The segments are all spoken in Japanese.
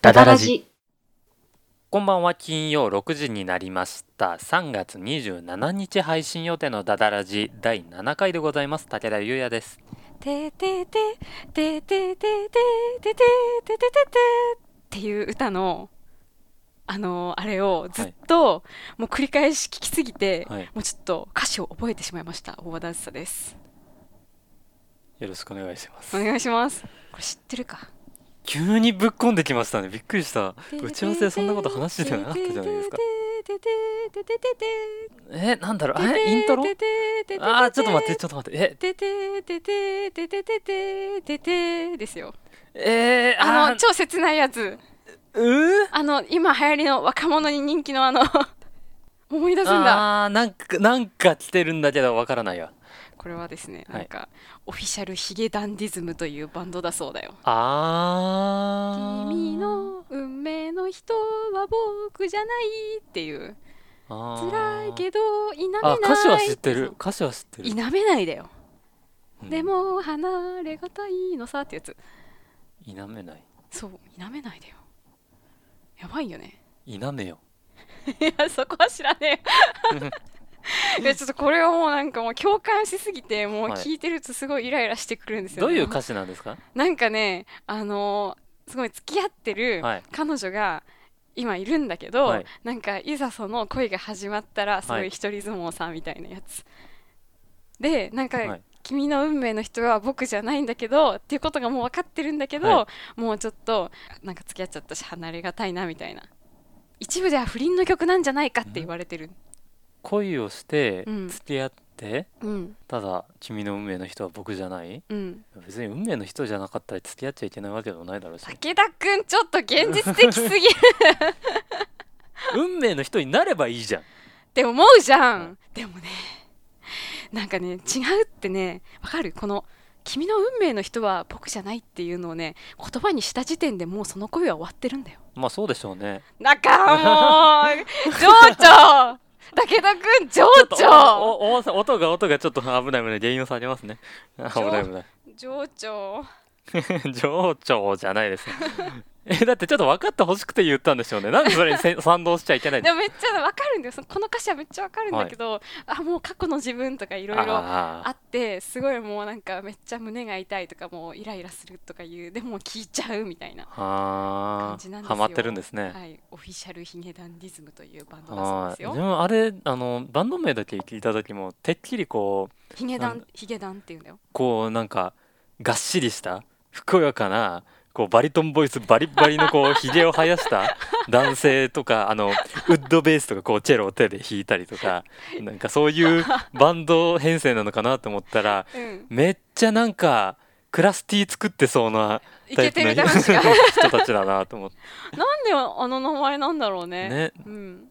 ダダラジ。こんばんは金曜6時になりました3月27日配信予定のダダラジ第7回でございます武田優也ですてててててててててててててっていう歌のあのあれをずっともう繰り返し聞きすぎて、はいもうちょっと歌詞を覚えてしまいました大和田梓ですよろしくお願いしまおす願いしますこれ知ってるか急にぶっこんできましたねびっくりした打ち合わせでそんなこと話してなかったじゃないですかえなんだろうえイントロあーちょっと待ってちょっと待ってててててててててててですよええー、あーの超切ないやつうーあの今流行りの若者に人気のあ の思い出すんあだーなんかなんか来てるんだけどわからないわこれはですねはいなんか、オフィシャルヒゲダンディズムというバンドだそうだよあー君の運命の人は僕じゃないっていうあー辛いけど否めないあ歌詞は知ってる歌詞は知ってる否めないだよ、うんでも離れがたいのさってやつ否めないそう否めないだよやばいよね否めよいやそこは知らねえよいやちょっとこれはもうなんかもう共感しすぎてもはうい聞いてるとすごいイライラしてくるんですよ、どねういう歌詞なんですかなんかね、あのーすごい付き合ってるはい彼女が今いるんだけど、はいなんかいざその恋が始まったらすごはいい一人相撲さんみたいなやつ、でなんか、はい君の運命の人は僕じゃないんだけどっていうことがもう分かってるんだけど、はもうちょっとなんか付き合っちゃったし離れがたいなみたいな一部では不倫の曲なんじゃないかって言われてる、恋をしてうん付き合って、うんただ君の運命の人は僕じゃないうん、別に運命の人じゃなかったら付き合っちゃいけないわけでもないだろうし武田君ちょっと現実的す ぎる 運命の人になればいいじゃんって思うじゃんでもねなんかね違うってねわかるこの「君の運命の人は僕じゃない」っていうのをね言葉にした時点でもうその恋は終わってるんだよまあそうでしょうねだか らもう情緒武田君情ちょっと緒おおお音が音がちょっと危ない危ない原因を下げますね危ない危ない情緒 情緒じゃないですよ えだってちょっと分かってほしくて言ったんでしょうねなんでそれにせ賛同しちゃいけないんででもめっちゃわかるんだよそのこの歌詞はめっちゃわかるんだけど、あもう過去の自分とかいすろかいろあーあってすごいもうなんかめっちゃ胸が痛いとかもうイライラするとかいうでも聞いちゃうみたいなあ感じなんーですハよマってるんですね、はい、オフィシャルヒゲダンディズムというバンドだそうはですい、でよ。もあれあのバンド名だけ聞いた時もてっきりこうヒゲダなんン、ヒゲダンっていうんだよ。こうなんかがっしりしたふくよかなこうバリトンボイスバリッバリのこうひげを生や した男性とかあのウッドベースとかこうチェロを手で弾いたりとかなんかそういうバンド編成なのかなと思ったらうん、めっちゃなんかクラスティ作ってそうないタイけプての 人る男子が。なんたちだなと思ってであの名前なんだろう ね。ねうん、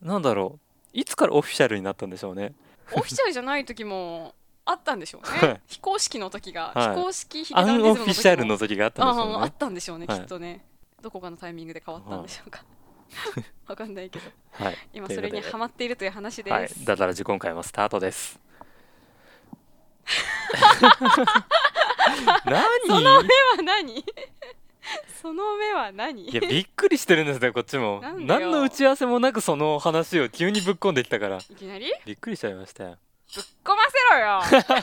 なんだろういつからオフィシャルになったんでしょうねオフィシャルじゃない時もあったんでしょうはいね。非公式の時が、はい非公式ヒゲアダンディズンオムの時フィもシャルの時があったんでしょあうああねったんでしょうね、はいきっとね。どこかのタイミングで変わったんでしょうか。わかんないけど、はい、今というそことれでにハマっているという話はでいす。、だから今回もスタート です。何その目は何？その目は何？いやびっくりしてるんですねこっちもなんでよ何の打ち合わせもなくその話を急にぶっこんできたからいきなり？ぶっびっくりしちゃいましたよこませろよ。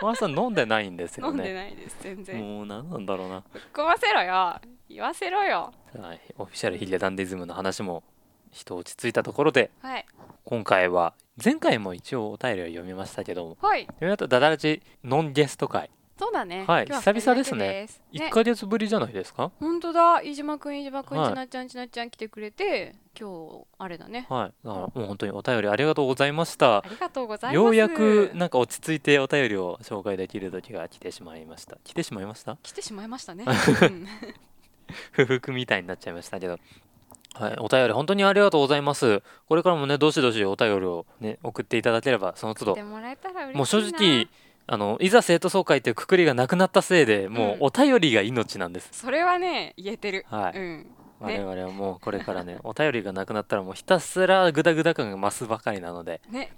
小川さん飲んでないんですよ飲んで ねないです全然。もう何なんだろうなぶっ込ませろよ言わせろよはいオフィシャルヒゲダンディズムの話も人落ち着いたところではい今回は前回も一応お便りを読みましたけどもはい読みとダダラジノンゲスト会そうだねはい今日二人だけ久々です1ヶ月ぶりじゃないですか本当だ飯島くん飯島くん、はいちなちゃんちなちゃん来てくれて今日あれだねはい、だからもう本当にお便りありがとうございましたあ。りがとうございますようやくなんか落ち着いてお便りを紹介できる時が来てしまいました。来てしまいました。来てしまい ましたね、うん不服みたいになっちゃいましたけど。はい、お便り本当にありがとうございます。これからもね、どしどしお便りをね、送っていただければ、その都来度て。もらえたら嬉しいなもう正直、あの、いざ生徒総会というくくりがなくなったせいで、もううんお便りが命なんです。それはね言えてる、はいうん我々はもうこれからね、お便りがなくなったらもうひたすらグダグダ感が増すばかりなので、ね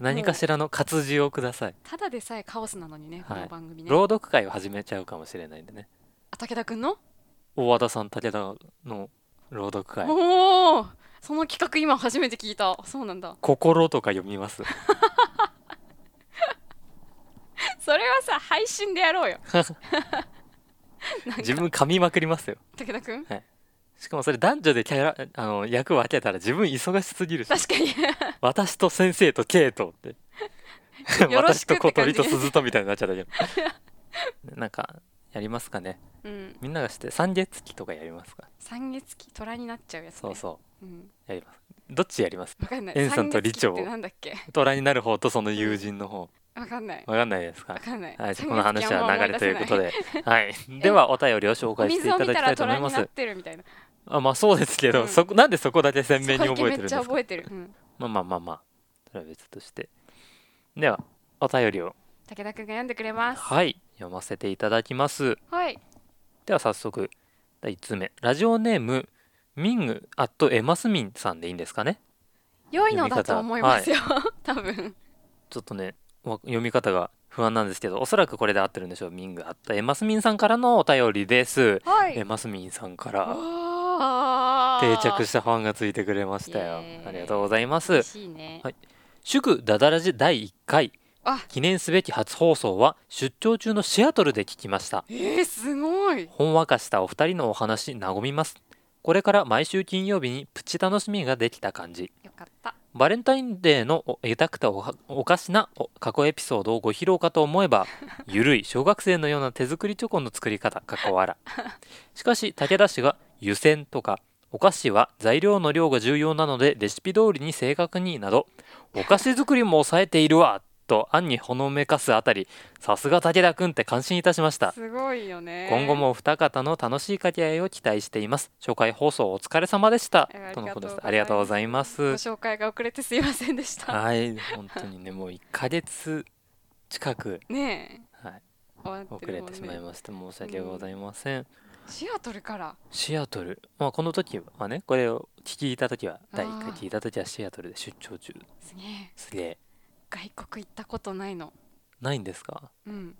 何かしらの活字をください。ただでさえカオスなのにね、はいこの番組ね朗読会を始めちゃうかもしれないんでねあ武田くんの大和田さん武田の朗読会おおその企画今初めて聞いたそうなんだ心とか読み ますそれはさ配信でやろ うよなんか自分噛みまくりますよ武田君しかもそれ男女でキャラあの役分けたら自分忙しすぎるし確かに 私と先生とケイトってよろ私しくとって感じ小鳥と鈴とみたいになっちゃったけどなんかやりますかねうんみんながして三月期とかやりますか三月期虎になっちゃうやつ、ね、、そうそうん、うやりますどっちやります分かんない塩さんと李朝三月期ってなんだっけ虎になる方とその友人の方わかんないわかんないですかわかんない、はい、じゃあ三この月話期あんはま流れということ思出で、はい、 ではお便りを紹せない介していたおだ水をき見たたらいと思虎いまになっす。てるみたいなあ、まあそうですけど、うんそこなんでそこだけ鮮明にそこ覚えてだるけんめでっすちゃか。覚えてる、うん、まあまあまあまあ、それは別として。ではお便りを武田君が読んでくれますはい読ませていただきます。はいでは早速第1通目ラジオネームミングアットエマスミンさんでいいんですかね。良いのだと思いますよ、多分ちょっとねわ読み方が不安なんですけど、おそらくこれで合ってるんでしょう。ミングアットエマスミンさんからのお便りです。はエいマスミンさんから。定定着ししたファンがついてくれましたよイエーイありがとうございま嬉すしいね、はい祝ダダラジ第1回あ記念すべき初放送は出張中のシアトルで聞きましたえー、すごいほんわかしたお二人のお話和みますこれから毎週金曜日にプチ楽しみができた感じよかったバレンタインデーのお豊くておはおかしなお過去エピソードをご披露かと思 えばゆるい小学生のような手作りチョコの作り方過去わらしかし武田氏が「湯煎」とか「お菓子は材料の量が重要なのでレシピ通りに正確に」などお菓子作りも抑えているわと案にほのめかすあたりさすが武田くんって感心いたしましたすごいよね今後もお二方の楽しい掛け合いを期待しています初回放送お疲れ様でしたえーとのことですあありりがとがとううごござざいいますご紹介が遅れてすいませんでした はい、本当にね、もう1ヶ月近く、ねはい、え終わっ遅てるれもんてねしまいまして、申し訳ございません。シアトルからシアトル、まあ、この時はね、これを聞いた時は、第1回あー聞いた時はシアトルで出張中、すげえすげえ、外国行ったことないのないんですかうん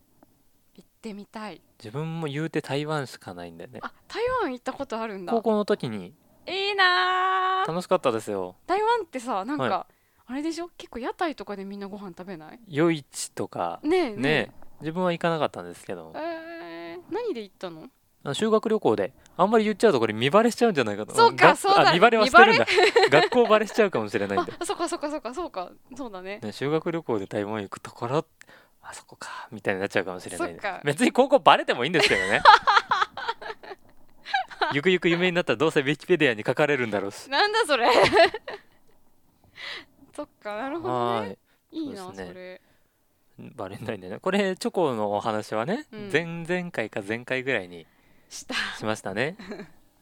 行ってみたい自分も言うて台湾しかないんだよね。あ台湾行ったことあるんだ高校の時にいいなー楽しかったですよ。台湾ってさなんか、はあれでしょ結構屋台とかでみんなご飯食べない夜市とか、ねえね、自分は行かなかったんですけどえ、えー何で行ったのあの修学旅行であんまり言っちゃうとこれ見バレしちゃうんじゃないかとそうかがそうだあ見バレはしてるんだ 学校バレしちゃうかもしれないんあであそうかそうかそうかそうかそうだねね、修学旅行で台湾行くところあそこかみたいになっちゃうかもしれないねそっか別に高校バレてもいいんですけど ねゆくゆく夢になったらどうせウィキペディアに書かれるんだろうしなんだそれ そっかなるほどはねーいいいなそそうですねれバレないんだよねこれチョコのお話はね、うん前々回か前回ぐらいにしたしました ね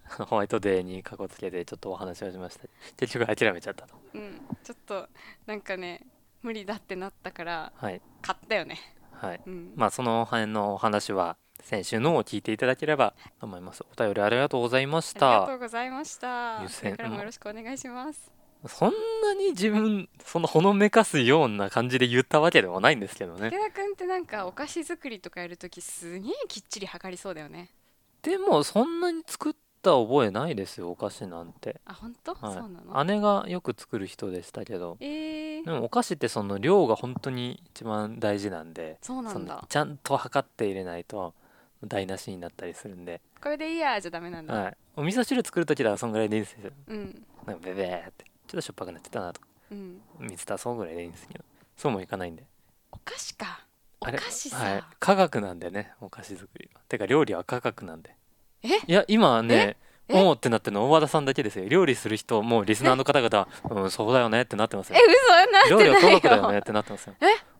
ホワイトデーにかこつけてちょっとお話をしました結局諦めちゃったとうんちょっとなんかね無理だってなったからはい買ったよねはいうん、まあその辺のお話は先週のを聞いていただければと思いますお便りありがとうございましありがたとうございました優これ先からもよろしくお願いしますそんなに自分そのほのめかすような感じで言ったわけでもないんですけど武ね田君ってなんかお菓子作りとかやるときすげえきっちり測りそうだよねでもそんなに作った覚えないですよお菓子なんて、あ本当、はいそうなの姉がよく作る人でしたけどえでー、もお菓子ってその量が本当に一番大事なんでそうなそんのだちゃんと測って入れないと台無しになったりするんで、これでいいやじゃダメなんだ、はい、お味噌汁作る時だからそんぐらいでいいんですようんなんかベベーってちょっとしょっぱくなってたなとかうん水足そうぐらいでいいんですけどそうもいかないんでお菓子かおあれ菓子さ、はい、科学なんでねお菓子作りはてか料理は科学なんでえいや今ねええおおってなってるの大和田さんだけですよ料理する人もうリスナーの方々はうんそうだよねってなってますよえ 嘘料理は科なっ学てだないよよねってなってますよ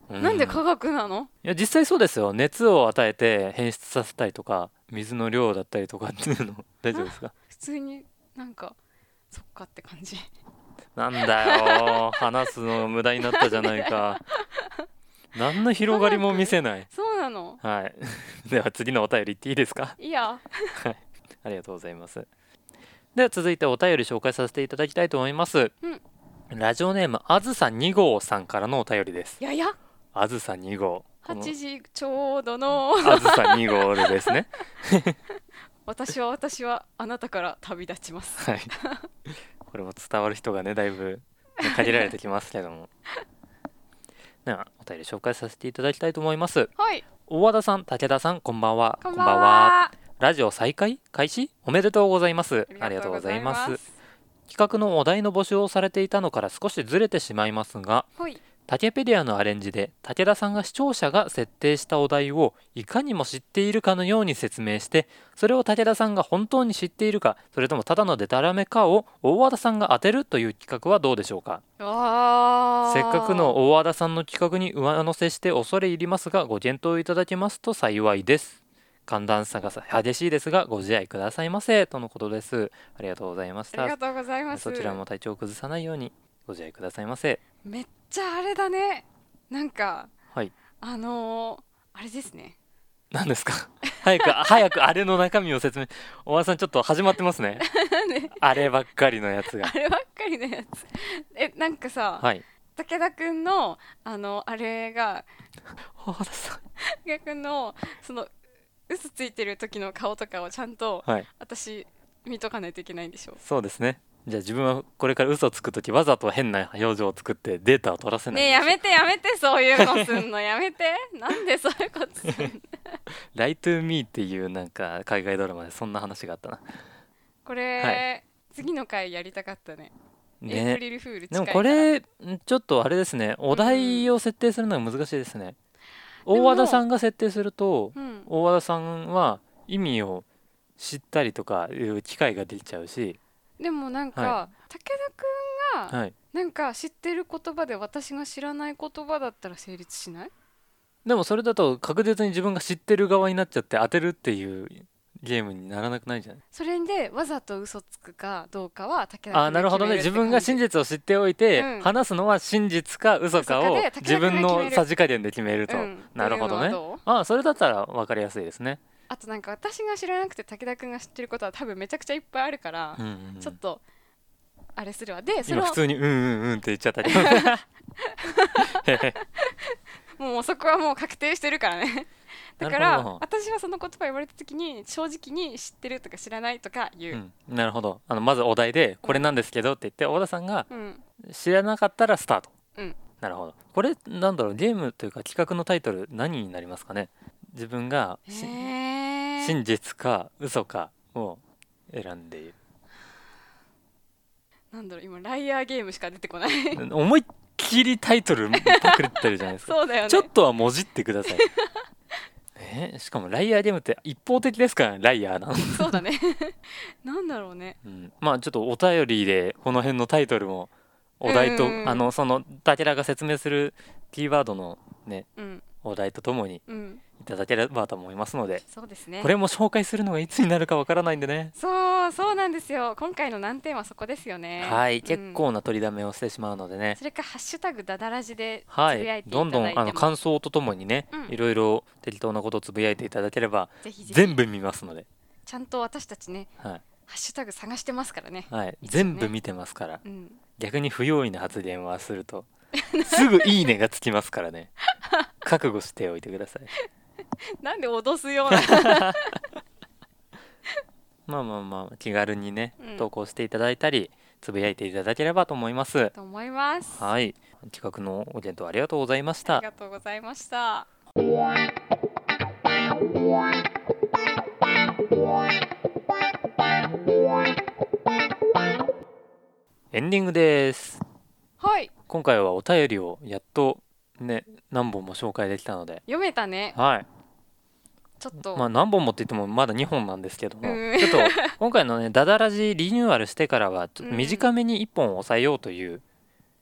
うなんで科学なのいや実際そうですよ熱を与えて変質させたりとか水の量だったりとかっていうの 大丈夫ですか普通になんかそっかって感じなんだよ話すの無駄になったじゃない か何の広がりも見せないそうなのはい では次のお便り行っていいですかいいやありがとうございます。では続いてお便り紹介させていただきたいと思います。うんラジオネームあずさ2号さんからのお便りです。ややあずさ2号。この8時ちょうどのあずさ2号でですね。私は私はあなたから旅立ちま すはい、これも伝わる人がねだいぶね限られてきますけどもではお便り紹介させていただきたいと思いますはい大和田さん武田さんこんばんはこんばんはラジオ再開開始おめでとうございますありがとうございます企画のお題の募集をされていたのから少しずれてしまいますがはいタケペディアのアレンジで武田さんが視聴者が設定したお題をいかにも知っているかのように説明してそれを武田さんが本当に知っているかそれともただのデタラメかを大和田さんが当てるという企画はどうでしょうかあーせっかくの大和田さんの企画に上乗せして恐れ入りますがご検討いただけますと幸いです寒暖差が激しいですがご自愛くださいませとのことですありがとうございましありたがとうございますそちらも体調を崩さないようにご自愛くださいませめっちゃあれだねなんかはいあのー、あれですね何ですか 早く早くあれの中身を説明おばさんちょっと始まってますねねあればっかりのやつが あればっかりのやつえなんかさ、はい武田くんのあのあれが大和田さん武田くんのその嘘ついてる時の顔とかをちゃんとはい私見とかないといけないんでしょそうですねじゃあ自分はこれから嘘をつくときわざと変な表情を作ってデータを取らせないねえようにやめてやめてそういうのすんのやめてなんでそういうことすんのライトゥーミーっていうなんか海外ドラマでそんな話があったな。これ、は次の回やりたかったねエイプね。リルフールで近いもからこれんちょっとあれですね。お題を設定するのが難しいですね。で大も和田さんが設定するとうん大和田さんは意味を知ったりとかいう機会が出ちゃうし、でもなんか、は武田くんがはい。なんか知ってる言葉で私が知らない言葉だったら成立しないでもそれだと確実に自分が知ってる側になっちゃって当てるっていうゲームにならなくないじゃない。それでわざと嘘つくかどうかは武田君あーなるほどね自分が真じ実を知っておいて、うん話すのは真実か嘘か嘘をかで武田自分君が決のめるさじ加減で決めると、うんなるほどっていうねのはどうああそれだったら分かりやすいですね、あとなんか私が知らなくて武田君が知ってることは多分めちゃくちゃいっぱいあるから、うんうんうんちょっとあれするわでそれ今を普通に「うんうんうん」って言っちゃった けどなもうそこはもう確定してるからね だかなるほどら私はその言葉言われた時に正直に知ってるとか知らないとか言う、うんなるほどあのまずお題で「これなんですけど」って言って小田さんがうん知らなかったらスタート、うんなるほどこれなんだろうゲームというか企画のタイトル何になりますかね自分がしへー真実か嘘かを選んでいるなんだろう今ライアーゲームしか出てこない 思いっきりタイトルパクってるじゃないですかそうだよねちょっとはもじってくださ いえしかもライアーゲームって一方的ですからねライアー なの、 そうだねなんだろうねうん、まあちょっとお便りでこの辺のタイトルもお題と、うんあのその武田が説明するキーワードのねうんお題とともにうんいただければと思いますのでそうですねこれも紹介するのがいつになるかわからないんでねそうそうなんですよ今回の難点はそこですよねはいうん結構な取りだめをしてしまうのでね、それか「ハッシュタグダダラジ」でつぶはやいいていただいてもどんどんあの感想とともにね、うんいろいろ適当なことをつぶやいていただければぜひぜひ全部見ますので、ちゃんと私たちねはいハッシュタグ探してますからねはい、ね全部見てますからうん逆に不用意な発言はするとすぐ「いいね」がつきますからね覚悟しておいてくださいなんで脅すようなまあまあまあ気軽にねうん投稿していただいたりつぶやいていただければと思いますと思いますあはい企画のお検討ありがとうございましりたがとうございましたエンディングですはい今回はお便りをやっとね何本も紹介できたので読めたねはいちょっと、まあ何本もって言ってもまだ2本なんですけども、うんちょっと今回のねダダラジリニューアルしてからはちょっと短めに1本抑えようという、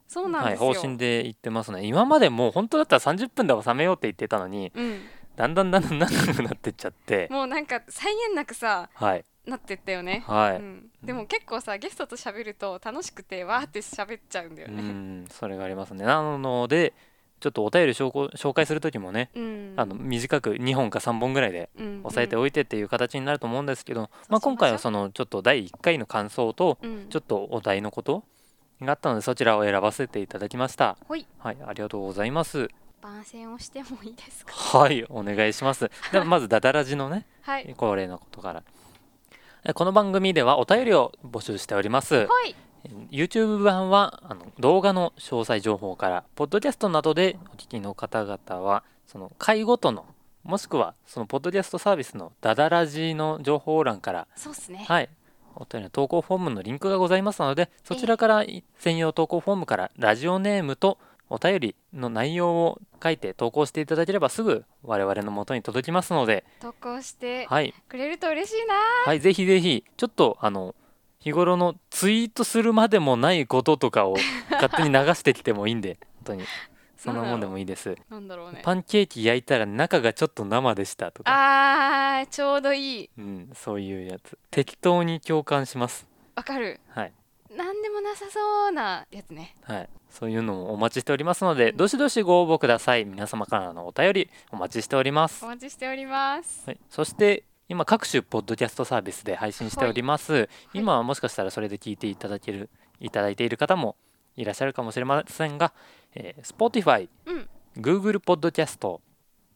そうなんはでい、すよ、方針で言ってますね今までもう本当だったら30分で収めようって言ってたのにうん、だんだんだんだん長くなってっちゃってもうなんか際限なくさはいなってったよね、はい、うん、でも結構さゲストと喋ると楽しくてわーって喋っちゃうんだようねんそれがありますねなのでちょっとお便り紹介紹介する時もね、うんあの短く2本か3本ぐらいでうん抑えてうんおいてっていう形になると思うんですけど、そまあ、うしましょう今回はそのちょっと第1回の感想とうんちょっとお題のことがあったのでそちらを選ばせていただきましたほいはいありがとうございます番宣をしてもいいですか はいお願いしますではまずダダラジのねはい恒例のことからえこの番組ではお便りを募集しております。はい YouTube 版はあの動画の詳細情報から、ポッドキャストなどでお聞きの方々は、その回ごとの、もしくはそのポッドキャストサービスのダダラジの情報欄から、そうですねはい、お便りの投稿フォームのリンクがございますので、そちらからい専用投稿フォームからラジオネームとお便りの内容を書いて投稿していただければすぐ我々の元に届きますので、投稿してはい、くれると嬉しいなはい、ぜひぜひ、ちょっとあの日頃のツイートするまでもないことと かを勝手に流してきてもいいんで、本当にそんなもんでもいいです。なんだろうねパンケーキ焼いたら中がちょっと生でしたとか、あーちょうどいいうん、そういうやつ。適当に共感します。わかるはい、なんでもなさそうなやつねはい、そういうのもお待ちしておりますので、どしどしご応募ください。皆様からのお便りお待ちしておりますお。待ちしておりますはい、そして今各種ポッドキャストサービスで配信しております、今はもしかしたらそれで聞いていただけるいただいている方もいらっしゃるかもしれませんが、えー Spotify、うん、 Google ポッドキャスト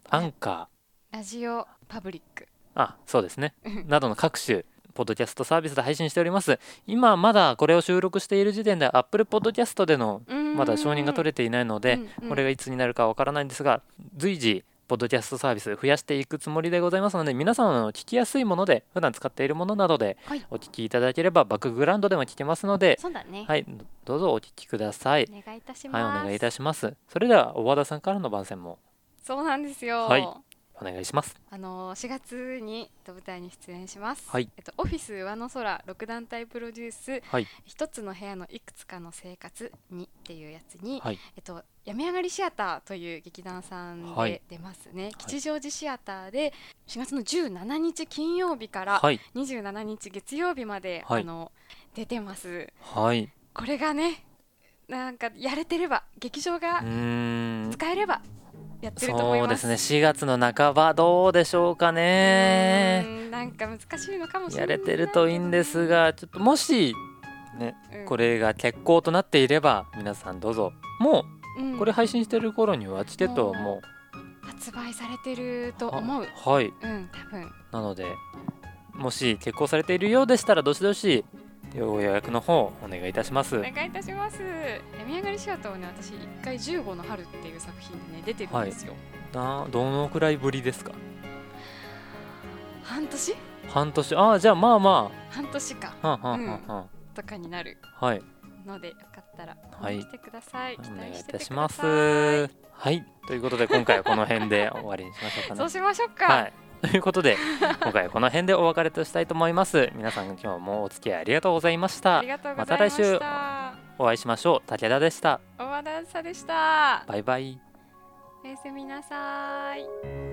アンカラジオパブリックーあそうですねなどの各種ポッドキャストサービスで配信しております今まだこれを収録している時点で Apple ポッドキャストでのまだ承認が取れれていないので、これがいつになるかわからないんですが随時ポッドキャストサービス増やしていくつもりでございますので皆さんの聞きやすいもので普段使っているものなどではいお聞きいただければバックグラウンドでも聞けますので、そうだねはい、どうぞお聞きください。お願いいたしはい、おます願いいたします。それでは大和田さんからの番宣もそうなんですよ、はいお願いします。あの4月にと舞台に出演します、はいえっと、オフィス上の空6団体プロデュースはい、一つの部屋のいくつかの生活にっていうやつに、はい、えっと、やみ上がりシアターという劇団さんはでい出ますね、吉祥寺シアターで4月の17日金曜日からはい、 27日月曜日まで、はいあの出てますはい、これがねなんかやれてれば劇場うがーん。使えればやってると思いそうまですすね。4月の半ばどうでしょうかうね。ーんなんか難しいのかもしれやないれてるといいんですが、ちょっともしね、うんこれが欠航となっていれば皆さんどうぞもうんうこれ配信してる頃にはチケットはも発売されてるうと思うあはいうん多分なのでもし欠航されているようでしたらどしどし予約の方お願いいたしますお願いいたしますやみ上がりシアターはね私一回15の春っていう作品でね出てるんですよ、などのくらいぶりですか半年半年ああじゃあまあま半年かあはんはんはんはん、とかになるはいのでよかったらはい来てください、お期願待いいしてたてしくまだすさいはいということで今回はこの辺で 終わりにしましょうかねそうしましょうか、はい、ということで今回はこの辺でお別れとしたいと思います皆さん今日もお付き合いありがとうございましたありがとうごまざたいま来した週お会いしましょう武田でしたお待たせでしたバイバイおやすみなさい